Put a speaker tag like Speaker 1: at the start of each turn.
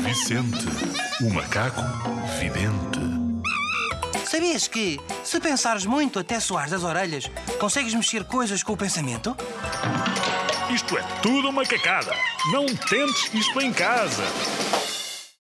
Speaker 1: Vicente, o macaco vidente.
Speaker 2: Sabias que, se pensares muito até soares das orelhas, consegues mexer coisas com o pensamento?
Speaker 3: Isto é tudo uma cacada. Não tentes isto em casa.